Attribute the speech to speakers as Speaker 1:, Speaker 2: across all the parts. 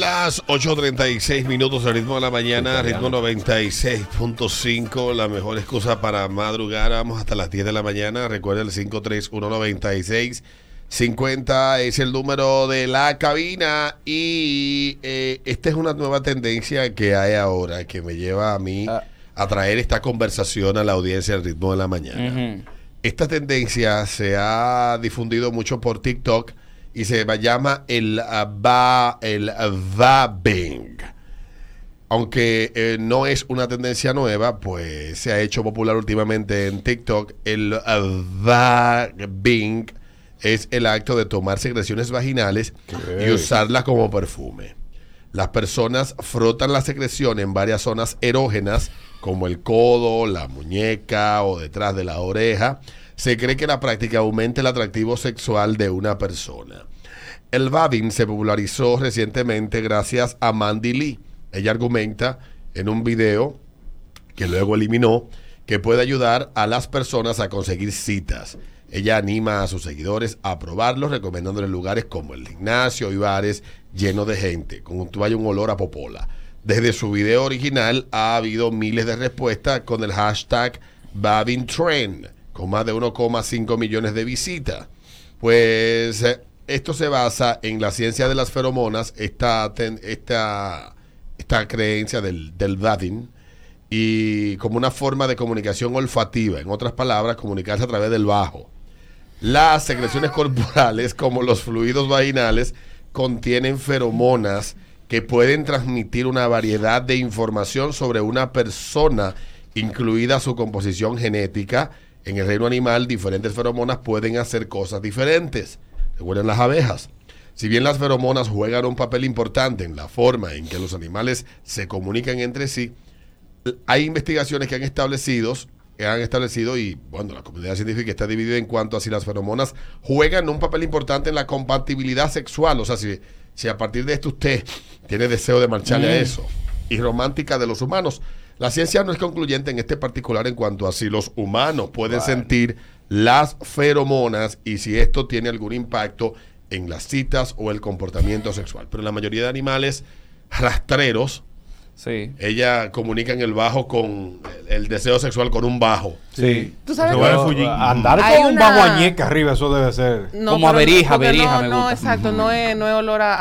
Speaker 1: las 8.36 minutos al ritmo de la mañana, ritmo 96.5, la mejor excusa para madrugar, vamos hasta las 10 de la mañana, recuerda el 5319650 es el número de la cabina y eh, esta es una nueva tendencia que hay ahora que me lleva a mí
Speaker 2: Ah.
Speaker 1: a traer esta conversación a la audiencia del ritmo de la mañana.
Speaker 2: Ujú.
Speaker 1: Esta tendencia se ha difundido mucho por TikTok y se va- llama el ah, va el ah, vaping. Aunque eh, no es una tendencia nueva, pues se ha hecho popular últimamente en TikTok. El ah, vaping es el acto de tomar secreciones vaginales y usarlas como perfume. Las personas frotan la secreción en varias zonas erógenas, como el codo, la muñeca o detrás de la oreja. Se cree que la práctica aumenta el atractivo sexual de una persona. El vabbing se popularizó recientemente gracias a Mandy Lee. Ella argumenta en un video que luego eliminó, que puede ayudar a las personas a conseguir citas. Ella anima a sus seguidores a probarlos, recomendándoles lugares como el gimnasio y bares llenos de gente, con un hay un olor a popola. Desde su video original ha habido miles de respuestas con el hashtag BabinTrend, con más de 1,5 millones de visitas. Pues eh, esto se basa en la ciencia de las feromonas, esta, ten- esta, esta creencia del, del Babin, y como una forma de comunicación olfativa, en otras palabras, comunicarse a través del bajo. Las secreciones corporales, como los fluidos vaginales, contienen feromonas que pueden transmitir una variedad de información sobre una persona, incluida su composición genética. En el reino animal, diferentes feromonas pueden hacer cosas diferentes. Recuerden las abejas. Si bien las feromonas juegan un papel importante en la forma en que los animales se comunican entre sí, hay investigaciones que han establecido, que han establecido y bueno, la comunidad científica está dividida en cuanto a si las feromonas juegan un papel importante en la compatibilidad sexual, o sea, si, si a partir de esto usted tiene deseo de marcharle a eso y romántica de los humanos. La ciencia no es concluyente en este particular en cuanto a si los humanos pueden sentir las feromonas y si esto tiene algún impacto en las citas o el comportamiento sexual. Pero la mayoría de animales rastreros,
Speaker 2: Sí.
Speaker 1: ella comunica en el bajo con el, el deseo sexual con un bajo.
Speaker 3: Sí.
Speaker 4: Tú sabes
Speaker 3: No
Speaker 4: que-
Speaker 3: vale fullín.
Speaker 5: Ah, Andar
Speaker 4: Hay
Speaker 5: con un
Speaker 4: una-
Speaker 5: bajo añeca arriba, eso debe ser.
Speaker 4: No,
Speaker 2: Como
Speaker 4: pero-
Speaker 2: averija,
Speaker 4: porque
Speaker 2: averija,
Speaker 4: no,
Speaker 2: me
Speaker 4: No,
Speaker 2: gusta.
Speaker 4: exacto, no es, no es olor a...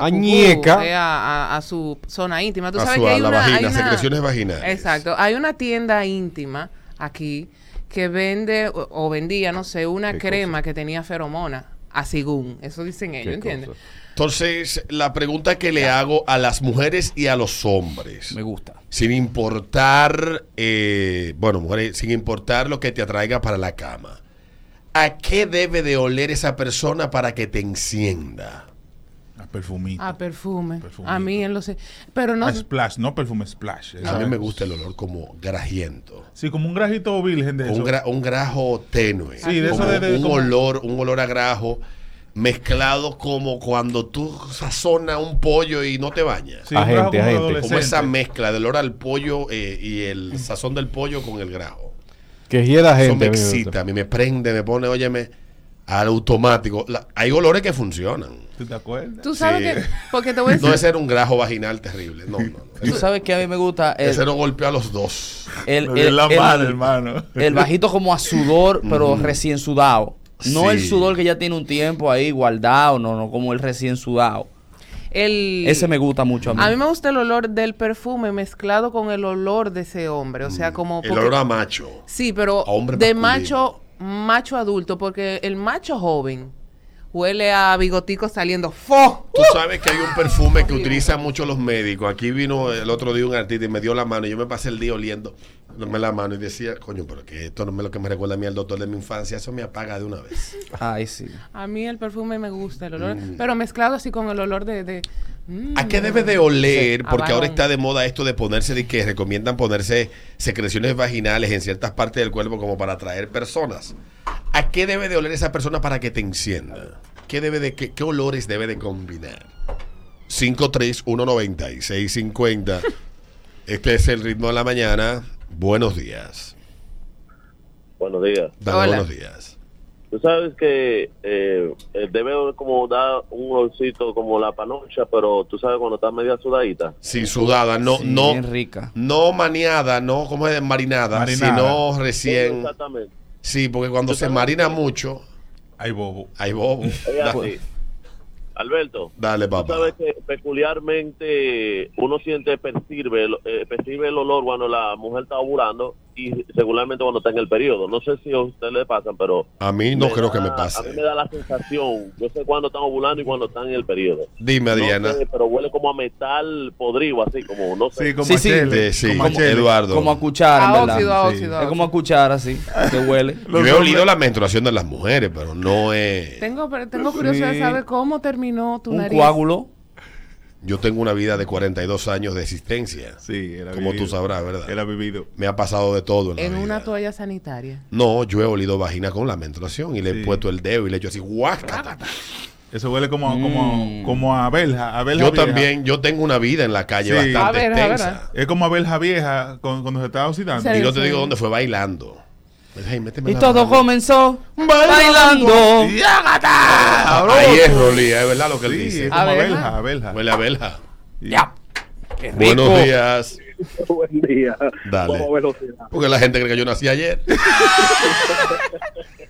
Speaker 4: A,
Speaker 5: A
Speaker 4: cucú,
Speaker 5: ñeca.
Speaker 4: eh, a, a- a su zona íntima. Tú
Speaker 1: A
Speaker 4: sabes
Speaker 1: su-
Speaker 4: que
Speaker 1: a
Speaker 4: hay
Speaker 1: la
Speaker 4: una,
Speaker 1: vagina,
Speaker 4: hay una-
Speaker 1: secreciones vaginales.
Speaker 4: Exacto. Hay una tienda íntima aquí que vende o, o vendía, no sé, una
Speaker 3: Qué
Speaker 4: crema que tenía feromona. A según. Eso dicen ellos,
Speaker 3: Qué
Speaker 4: ¿entiendes?
Speaker 3: cosa.
Speaker 1: Entonces, la pregunta que le hago a las mujeres y a los hombres,
Speaker 2: Me gusta.
Speaker 1: sin importar, eh, bueno, mujeres, sin importar lo que te atraiga para la cama, ¿a qué debe de oler esa persona para que te encienda?
Speaker 3: A perfumito.
Speaker 4: A Ah, perfume.
Speaker 3: Perfumito.
Speaker 4: A mí en los... Pero no... Ah.
Speaker 3: A splash, no perfume splash.
Speaker 1: A
Speaker 3: Esa-
Speaker 1: mí me gusta el olor como grajiento.
Speaker 3: Sí, como un grajito virgen de eso.
Speaker 1: un, gra- un grajo tenue.
Speaker 3: Sí, de eso
Speaker 1: Como
Speaker 3: de- de-
Speaker 1: un
Speaker 3: como-
Speaker 1: olor, un olor a grajo mezclado como cuando tú sazonas un pollo y no te bañas.
Speaker 3: Sí, un grajo
Speaker 5: Agente,
Speaker 3: como de
Speaker 5: agente.
Speaker 3: adolescente.
Speaker 1: Como esa mezcla del olor al pollo eh, y el sazón del pollo con el grajo.
Speaker 5: Que hiera
Speaker 1: Eso
Speaker 5: gente.
Speaker 1: me
Speaker 5: a mí me
Speaker 1: excita, a mí me prende, me pone, óyeme, al automático. La- hay olores que funcionan.
Speaker 3: ¿Tú te acuerdas?
Speaker 4: Tú sabes
Speaker 1: Sí.
Speaker 4: que... Porque te voy a decir...
Speaker 1: No es ser un grajo vaginal terrible. No, no, no.
Speaker 2: Tú sabes que a mí me gusta
Speaker 1: Ese
Speaker 2: el,
Speaker 1: no golpea a los dos.
Speaker 2: el,
Speaker 3: Me
Speaker 2: el,
Speaker 3: dio la mano,
Speaker 2: el-
Speaker 3: hermano.
Speaker 2: el bajito como a sudor, pero recién sudado. No el
Speaker 1: Sí.
Speaker 2: sudor que ya tiene un tiempo ahí guardado, no, no, como el recién sudado.
Speaker 4: El...
Speaker 2: Ese me gusta mucho a mí.
Speaker 4: A mí me gusta el olor del perfume mezclado con el olor de ese hombre. O sea, como...
Speaker 1: Mm, El
Speaker 4: porque-
Speaker 1: olor a macho.
Speaker 4: Sí, pero
Speaker 1: A hombre
Speaker 4: de
Speaker 1: masculino.
Speaker 4: macho macho adulto, porque el macho joven huele a bigotico saliendo fo.
Speaker 1: Tú sabes que hay un perfume que utilizan mucho los médicos. Aquí vino el otro día un artista y me dio la mano. Y yo me pasé el día oliendo me la mano y decía, coño, pero que esto no es lo que me recuerda a mí al doctor de mi infancia. Eso me apaga de una vez.
Speaker 2: Ay, sí.
Speaker 4: A mí el perfume me gusta, el olor, pero mezclado así con el olor de... de- mm.
Speaker 1: ¿A qué debe de oler?
Speaker 4: Sí, a
Speaker 1: Porque ahora
Speaker 4: varón.
Speaker 1: está de moda esto de ponerse, de que recomiendan ponerse secreciones vaginales en ciertas partes del cuerpo como para atraer personas. ¿A qué debe de oler esa persona para que te encienda? ¿Qué, debe de, qué, qué olores debe de combinar? 5319650. Este es el ritmo de la mañana. Buenos días.
Speaker 6: Buenos días.
Speaker 1: Dale
Speaker 4: Hola.
Speaker 1: buenos días.
Speaker 6: Tú sabes que eh, eh, debe como dar un olcito como la panocha, pero tú sabes cuando está media sudadita.
Speaker 1: Sí, sudada, no,
Speaker 2: Sí,
Speaker 1: no,
Speaker 2: Bien rica.
Speaker 1: no maniada, no como es marinada,
Speaker 3: Marinada.
Speaker 1: sino recién.
Speaker 6: Exactamente.
Speaker 1: Sí, porque cuando se marina mucho,
Speaker 3: Ay, bobo.
Speaker 1: hay bobo.
Speaker 6: Es
Speaker 1: Da-
Speaker 6: así. Alberto.
Speaker 1: dale,
Speaker 6: Tú
Speaker 1: papá.
Speaker 6: sabes que peculiarmente uno siente, percibe, el- eh, percibe el olor cuando la mujer está ovulando y regularmente cuando está en el periodo. No sé si a usted le pasan, pero...
Speaker 1: A mí no creo
Speaker 6: da-
Speaker 1: que me
Speaker 6: A mí
Speaker 1: pase.
Speaker 6: me da la sensación, yo sé cuándo están ovulando y cuándo están en el periodo.
Speaker 1: Dime,
Speaker 6: No
Speaker 1: Adriana.
Speaker 6: sé, pero huele como a metal podrido, así como, no sé.
Speaker 3: Sí, como
Speaker 2: Sí, sí.
Speaker 3: Achele,
Speaker 1: Sí, sí,
Speaker 3: como
Speaker 1: como
Speaker 3: Achele.
Speaker 1: Eduardo.
Speaker 2: Como a cuchara,
Speaker 4: A
Speaker 2: ¿verdad?
Speaker 4: óxido, a
Speaker 3: Sí.
Speaker 4: óxido. a
Speaker 2: Es como a
Speaker 4: óxido.
Speaker 2: cuchara, así, que huele.
Speaker 1: Yo he olido la menstruación de las mujeres, pero no es.
Speaker 4: Tengo, pero tengo curiosidad de
Speaker 2: Sí.
Speaker 4: saber cómo terminó tu
Speaker 2: Un
Speaker 4: nariz.
Speaker 2: coágulo.
Speaker 1: Yo tengo una vida de 42 años de existencia.
Speaker 3: Sí, él ha
Speaker 1: Como tú
Speaker 3: vivido.
Speaker 1: sabrás, ¿verdad?
Speaker 3: Él ha vivido.
Speaker 1: Me ha pasado de todo en, la
Speaker 4: En
Speaker 1: vida.
Speaker 4: una toalla sanitaria.
Speaker 1: No, yo he olido vagina con la menstruación y le he
Speaker 3: Sí.
Speaker 1: puesto el dedo y le he hecho así, guácata.
Speaker 3: Eso huele como,
Speaker 4: Mm.
Speaker 3: como, como a belja. A belja
Speaker 1: Yo
Speaker 3: vieja.
Speaker 1: también, yo tengo una vida en la calle
Speaker 3: Sí.
Speaker 1: bastante
Speaker 4: A ver, a ver,
Speaker 1: extensa.
Speaker 4: a
Speaker 3: Es como a belja vieja con- cuando se estaba oxidando.
Speaker 4: Sí.
Speaker 1: Y no te digo dónde fue bailando. Me dice, "Ay, méteme
Speaker 2: Y
Speaker 1: la
Speaker 2: todo
Speaker 1: mano".
Speaker 2: comenzó bailando.
Speaker 3: ¡Yágata!
Speaker 1: Ahí es Rolía, es verdad lo que él
Speaker 3: Sí,
Speaker 1: dice.
Speaker 3: es como a
Speaker 4: Abeja.
Speaker 3: belja, a belja.
Speaker 1: Huele a verja.
Speaker 3: Y-
Speaker 2: Ya. Qué rico.
Speaker 1: Buenos días.
Speaker 6: Buen día.
Speaker 1: Dale.
Speaker 6: Vamos a velocidad.
Speaker 1: Porque la gente cree que yo nací ayer.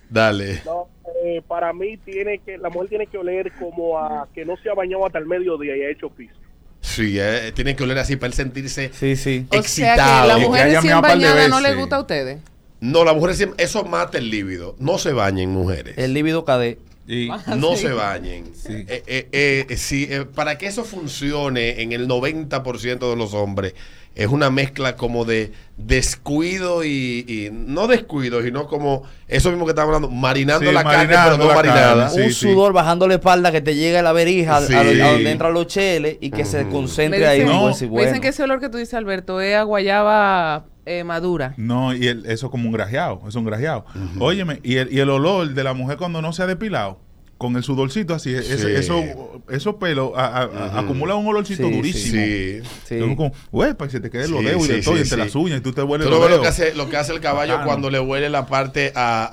Speaker 1: Dale.
Speaker 7: No, eh, para mí tiene que la mujer tiene que oler como a que no se ha bañado hasta el mediodía y ha hecho piso.
Speaker 1: Sí, eh, tienen que oler así para él sentirse
Speaker 2: Sí, sí.
Speaker 4: O sea
Speaker 1: excitado.
Speaker 4: que las
Speaker 3: Que
Speaker 4: mujeres
Speaker 3: haya
Speaker 4: sin
Speaker 3: meado par de
Speaker 4: bañada no
Speaker 3: veces.
Speaker 4: les gusta a ustedes.
Speaker 1: No, las mujeres siempre- eso mata el líbido. No se bañen, mujeres.
Speaker 2: El líbido cadé.
Speaker 3: y-
Speaker 1: no se bañen. Eh, eh, eh, eh, sí, eh, para que eso funcione en el 90% de los hombres, es una mezcla como de descuido y, y- no descuido, sino como eso mismo que estaba hablando, marinando
Speaker 3: Sí,
Speaker 1: la carne, pero
Speaker 3: marinando
Speaker 1: no
Speaker 3: la carne,
Speaker 1: marinada.
Speaker 3: Sí,
Speaker 2: Ah, un
Speaker 3: sí.
Speaker 2: sudor bajando la espalda que te llega a la verija, a-
Speaker 1: Sí.
Speaker 2: a, lo- a donde entran los cheles y que se
Speaker 4: Me
Speaker 2: concentre ahí.
Speaker 4: dicen,
Speaker 3: No.
Speaker 2: pues, y
Speaker 4: me
Speaker 2: bueno.
Speaker 4: dicen que ese olor que tú dices, Alberto, es a guayaba eh, madura.
Speaker 3: No, y el- eso como un grajeado, es un grajeado. Óyeme, y el, y el olor de la mujer cuando no se ha depilado, con el sudorcito así, es-
Speaker 1: Sí.
Speaker 3: ese- eso, esos pelos a- a- a- acumulan un olorcito
Speaker 2: Sí, sí.
Speaker 3: durísimo.
Speaker 1: Sí.
Speaker 2: Sí.
Speaker 3: Es como, güey, para que se te quede los
Speaker 1: Sí,
Speaker 3: dedos y de
Speaker 1: sí,
Speaker 3: todo, y
Speaker 1: sí,
Speaker 3: entre
Speaker 1: sí.
Speaker 3: las uñas, y tú te vuelves
Speaker 1: Tú no
Speaker 3: los
Speaker 1: ves lo
Speaker 3: dedos.
Speaker 1: que hace, lo que hace el caballo
Speaker 3: Bacano.
Speaker 1: cuando le huele la parte a,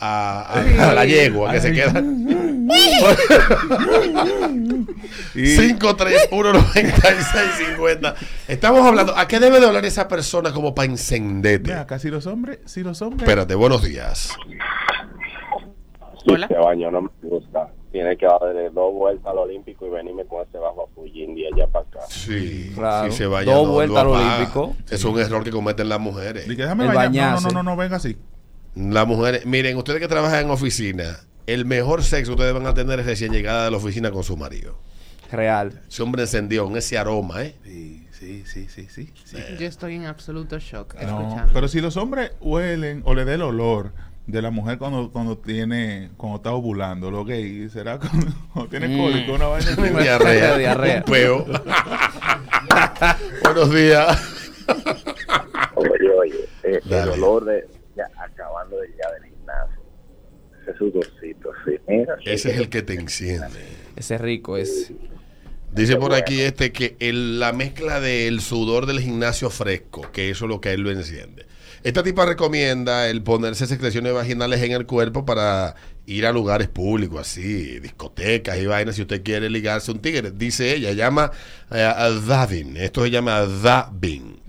Speaker 1: a- a-
Speaker 4: Sí.
Speaker 1: a la yegua, que se
Speaker 3: Ay.
Speaker 1: queda.
Speaker 3: Y-
Speaker 1: 5319650. Estamos hablando, ¿a qué debe de hablar esa persona como para encenderte?
Speaker 3: Mira, acá si los hombres, si los hombres.
Speaker 1: Espérate, buenos días.
Speaker 4: Hola.
Speaker 6: Este baño no me gusta. Tiene que darle dos vueltas al Olímpico y venirme con ese bajo a Fujin de allá para acá.
Speaker 1: Sí,
Speaker 2: Claro.
Speaker 1: si se baña,
Speaker 2: Dos
Speaker 1: no
Speaker 2: vueltas
Speaker 1: lo
Speaker 2: al
Speaker 1: apaga.
Speaker 2: Olímpico.
Speaker 1: Es un error que cometen las mujeres.
Speaker 3: di que déjame
Speaker 2: El
Speaker 3: bañar. No, No,
Speaker 2: bañarse.
Speaker 3: no, no, no, venga así.
Speaker 1: Las mujeres, miren, ustedes que trabajan en oficina, el mejor sexo que ustedes van a tener es recién llegada de la oficina con su marido.
Speaker 2: Real.
Speaker 1: Ese hombre encendió en ese aroma, ¿eh?
Speaker 3: Sí, sí, sí, sí, sí.
Speaker 4: Yo estoy en absoluto shock
Speaker 3: No,
Speaker 4: escuchando.
Speaker 3: pero si los hombres huelen o le da el olor de la mujer cuando cuando tiene cuando está ovulando, lo gay, será cuando, cuando tiene cólico una vaina. así?
Speaker 1: Diarrea.
Speaker 2: Diarrea.
Speaker 1: Un peo. buenos días.
Speaker 6: Oye, oye, eh, el
Speaker 1: Dale.
Speaker 6: olor de ya acabando de llegar del gimnasio. Ese sudorcito, sí. Mira,
Speaker 1: Ese es el que te enciende.
Speaker 2: Ese es rico ese.
Speaker 1: Dice por aquí este que el- la mezcla del sudor del gimnasio fresco, que eso es lo que a él lo enciende. Esta tipa recomienda el ponerse secreciones vaginales en el cuerpo para ir a lugares públicos, así, discotecas y vainas, si usted quiere ligarse un tigre. Dice ella, llama eh, a Davin. Esto se llama Davin.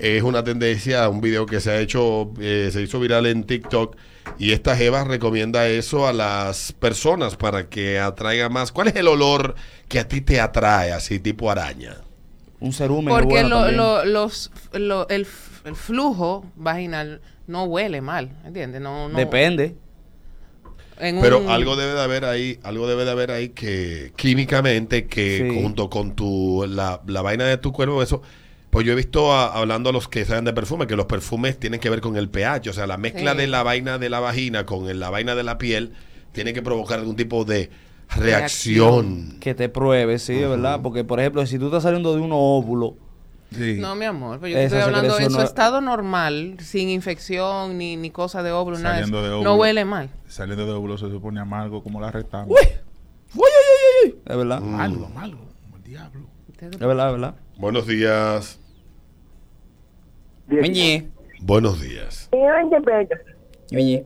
Speaker 1: Es una tendencia, un video que se ha hecho, eh, se hizo viral en TikTok. Y esta Jeva recomienda eso a las personas para que atraiga más. ¿Cuál es el olor que a ti te atrae, así tipo araña?
Speaker 2: Un cerumen. es
Speaker 4: Porque
Speaker 2: bueno
Speaker 4: lo-
Speaker 2: también.
Speaker 4: lo- los, lo- el, f- el flujo vaginal no huele mal, ¿entiendes? No, no,
Speaker 2: Depende.
Speaker 4: en un-
Speaker 1: Pero algo debe de haber ahí, algo debe de haber ahí que químicamente, que
Speaker 2: Sí.
Speaker 1: junto con tu la, la vaina de tu cuerpo, eso. Pues yo he visto a- hablando a los que saben de perfume, que los perfumes tienen que ver con el pH, o sea, la mezcla
Speaker 4: Sí.
Speaker 1: de la vaina de la vagina con el- la vaina de la piel tiene que provocar algún tipo de reacción.
Speaker 4: Reacción.
Speaker 2: Que te pruebe, sí, de ¿verdad? Porque, por ejemplo, si tú estás saliendo de un óvulo,
Speaker 3: Sí.
Speaker 4: No, mi amor, pero yo te
Speaker 2: Esa
Speaker 4: estoy hablando en
Speaker 2: secreción
Speaker 4: su
Speaker 2: no-
Speaker 4: estado normal, sin infección ni, ni cosa de óvulo, nada de eso.
Speaker 3: Saliendo de
Speaker 4: No
Speaker 3: óvulo.
Speaker 4: huele mal.
Speaker 3: Saliendo de óvulo se supone amargo como la retama.
Speaker 2: de verdad.
Speaker 3: Amargo, amargo, como el diablo.
Speaker 2: De verdad, de verdad.
Speaker 1: Buenos días.
Speaker 2: Meñe.
Speaker 1: Buenos días.
Speaker 8: Mira, qué bello.
Speaker 2: Meñe.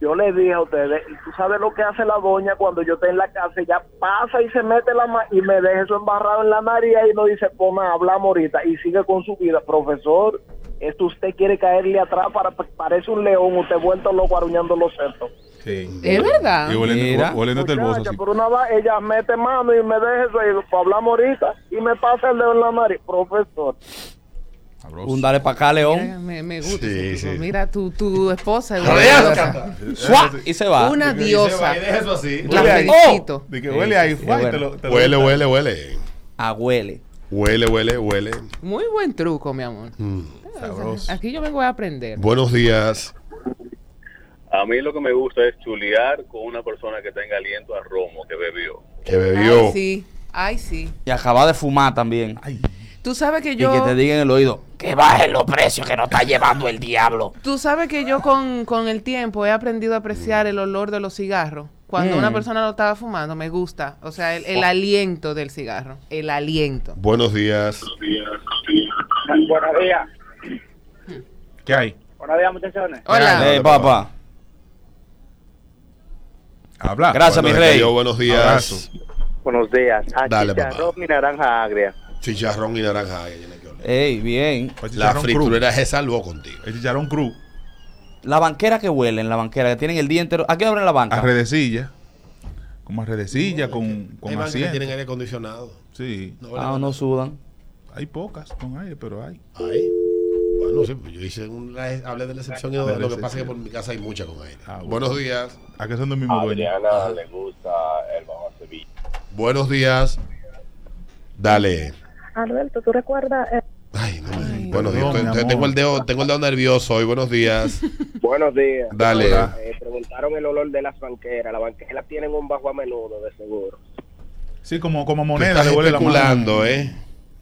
Speaker 8: Yo les dije a ustedes, tú sabes lo que hace la doña cuando yo esté en la casa, ella pasa y se mete la mano y me deja eso embarrado en la nariz y no dice, poma, hablamos ahorita y sigue con su vida. Profesor, esto usted quiere caerle atrás, para, parece un león, usted vuelto loco aruñando los setos.
Speaker 3: Sí.
Speaker 4: Es verdad.
Speaker 3: Y
Speaker 2: Mira.
Speaker 3: oliendo, oliéndote el bozo.
Speaker 8: Muchacha,
Speaker 3: así.
Speaker 8: por una va- ella mete mano y me deja eso ahí, pues, hablamos ahorita y me pasa el dedo en la nariz. Profesor,
Speaker 3: Sabroso.
Speaker 2: Un dale para acá,
Speaker 4: Mira,
Speaker 2: León.
Speaker 4: me, me gusta.
Speaker 1: Sí,
Speaker 4: ese tipo.
Speaker 1: sí.
Speaker 4: Mira, tu, tu esposa es una
Speaker 1: Rodeado,
Speaker 4: diosa.
Speaker 1: canta.
Speaker 2: ¡Suá! Y se va.
Speaker 4: Una diosa.
Speaker 1: eso así.
Speaker 4: La
Speaker 3: Huele ahí.
Speaker 4: felicito.
Speaker 3: De que huele ahí,
Speaker 2: sí,
Speaker 3: fua, y
Speaker 2: bueno.
Speaker 3: te lo- te lo-
Speaker 1: Huele, huele, huele.
Speaker 2: A Ah, huele.
Speaker 1: Huele, huele, huele.
Speaker 2: oh.
Speaker 1: Mm.
Speaker 4: Muy buen truco, mi amor.
Speaker 3: Sabroso.
Speaker 4: Aquí yo me voy a aprender.
Speaker 1: Buenos días.
Speaker 6: A mí lo que me gusta es chulear con una persona que tenga aliento a romo que bebió.
Speaker 1: Que bebió.
Speaker 4: Ay, sí. Ay, sí.
Speaker 2: Y acaba de fumar también.
Speaker 4: Tú sabes que
Speaker 2: Y
Speaker 4: yo...
Speaker 2: que te digan en el oído.
Speaker 9: Que bajen los precios que nos está llevando el diablo.
Speaker 4: Tú sabes que yo con, con el tiempo he aprendido a apreciar el olor de los cigarros. Cuando
Speaker 2: Mm. Oh.
Speaker 4: una persona lo estaba fumando, me gusta. O sea, el, el aliento del cigarro. El aliento.
Speaker 1: Buenos días.
Speaker 8: buenos días.
Speaker 3: ¿Qué hay?
Speaker 8: Buenos días, muchachones.
Speaker 4: Hola.
Speaker 2: Eh, papá.
Speaker 3: Habla.
Speaker 2: Gracias,
Speaker 1: Cuando
Speaker 2: mi
Speaker 1: se
Speaker 2: rey.
Speaker 1: cayó, buenos días.
Speaker 3: Abrazo.
Speaker 8: Buenos días. Ah,
Speaker 1: Dale, papá. chicharrón
Speaker 8: mi naranja agria.
Speaker 1: Chicharrón y naranja. ay, tiene que oler.
Speaker 2: Ey, bien.
Speaker 3: Pues
Speaker 1: La
Speaker 3: chicharrón cru.
Speaker 1: friturera se salvó contigo.
Speaker 3: El chicharrón cru.
Speaker 2: La banquera que huelen, la banquera que tienen el día entero. ¿A qué abren la banca?
Speaker 3: A redecilla. Como a redecilla, con,
Speaker 1: Mm. Hay
Speaker 3: con
Speaker 1: bancas que tienen
Speaker 3: asiento.
Speaker 1: aire acondicionado.
Speaker 3: Sí.
Speaker 1: No,
Speaker 2: Ah,
Speaker 1: vale.
Speaker 2: no sudan.
Speaker 3: Hay pocas con aire, pero hay.
Speaker 1: Ahí. Bueno, sí, pues yo hice un, hablé de la excepción y
Speaker 3: Ah, De la
Speaker 1: lo que pasa es
Speaker 3: excepción.
Speaker 1: que por mi casa hay muchas con aire.
Speaker 3: Ah, bueno.
Speaker 1: Buenos días.
Speaker 3: ¿A qué son del
Speaker 6: Ah,
Speaker 3: mismo dueño?
Speaker 6: le gusta el bajo Sevilla.
Speaker 1: Buenos días. Dale.
Speaker 10: Alberto, ¿tú recuerdas? eh,
Speaker 1: Ay, no me- Buenos días.
Speaker 3: perdón, mi
Speaker 1: Te- te-
Speaker 3: amor.
Speaker 1: Tengo el, dedo, tengo el dedo nervioso hoy. Buenos días.
Speaker 8: Buenos días.
Speaker 1: Dale.
Speaker 8: Eh, preguntaron el olor de las banqueras. Las banqueras tienen un bajo a menudo, de seguro.
Speaker 3: Sí, como, como
Speaker 1: Tú
Speaker 3: moneda.
Speaker 1: estás
Speaker 3: le huele la mano.
Speaker 1: especulando, ¿eh?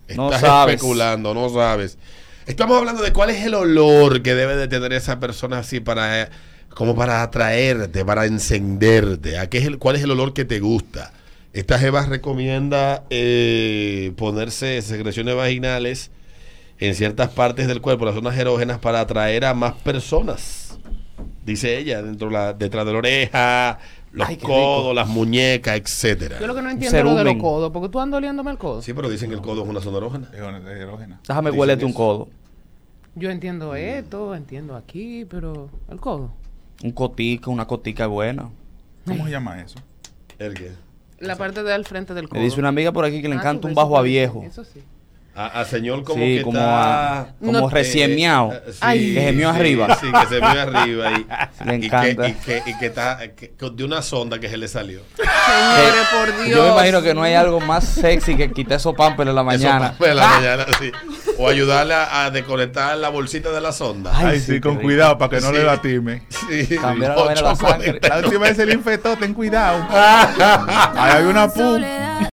Speaker 1: Estás
Speaker 2: No sabes.
Speaker 1: especulando, no sabes. Estamos hablando de cuál es el olor que debe de tener esa persona así para eh, como para atraerte, para encenderte. ¿A qué es el, ¿Cuál es el olor que te gusta? Esta Jeva recomienda eh, ponerse secreciones vaginales en ciertas partes del cuerpo, las zonas erógenas, para atraer a más personas. Dice ella, dentro la, detrás de la oreja, los
Speaker 2: Ay, qué rico.
Speaker 1: codos, las muñecas, etcétera.
Speaker 4: Yo lo que no entiendo es lo de los
Speaker 2: cerumen.
Speaker 4: codos. Porque tú andas oliéndome el codo.
Speaker 1: Sí, pero dicen que el codo es una zona erógena.
Speaker 3: Es una- es erógena.
Speaker 2: Déjame
Speaker 3: Dicen
Speaker 2: huélete un
Speaker 3: eso.
Speaker 2: codo.
Speaker 4: Yo entiendo esto, entiendo aquí, pero... El codo.
Speaker 2: Un cotico, una cotica buena.
Speaker 3: ¿Cómo se llama eso?
Speaker 1: ¿El qué?
Speaker 4: La parte del frente del codo.
Speaker 2: Me dice una amiga por aquí que le
Speaker 4: Ah,
Speaker 2: encanta
Speaker 4: tú,
Speaker 2: un
Speaker 4: eso
Speaker 2: bajo a
Speaker 4: sí,
Speaker 2: viejo.
Speaker 4: Eso sí.
Speaker 1: A, a señor como
Speaker 2: Sí,
Speaker 1: que
Speaker 2: como,
Speaker 1: está...
Speaker 2: a- como
Speaker 4: No-
Speaker 2: recién
Speaker 1: eh, eh,
Speaker 2: miau.
Speaker 1: eh, sí,
Speaker 4: Ay.
Speaker 2: Que gemió
Speaker 1: sí,
Speaker 2: arriba.
Speaker 1: Sí, que se vio arriba. Y,
Speaker 2: Le
Speaker 1: y que-
Speaker 2: encanta.
Speaker 1: Y que, y que, está eh, que- que de una sonda que se le salió.
Speaker 4: Señores, por Dios.
Speaker 2: Eh, Yo me imagino que no hay algo más sexy que quitar esos pampers en la mañana. Ah.
Speaker 1: Eso, de la mañana, sí. O ayudarle a, a desconectar la bolsita de la sonda.
Speaker 2: Ay,
Speaker 3: Ay,
Speaker 2: sí,
Speaker 3: sí,
Speaker 2: qué
Speaker 3: con
Speaker 2: rico.
Speaker 3: cuidado para que no
Speaker 1: Sí.
Speaker 3: le latime.
Speaker 1: Sí.
Speaker 2: Cambiar la vaina de la
Speaker 1: Ocho,
Speaker 2: sangre.
Speaker 1: Ah.
Speaker 3: La última vez se le infectó, ten cuidado. Ahí hay una pu.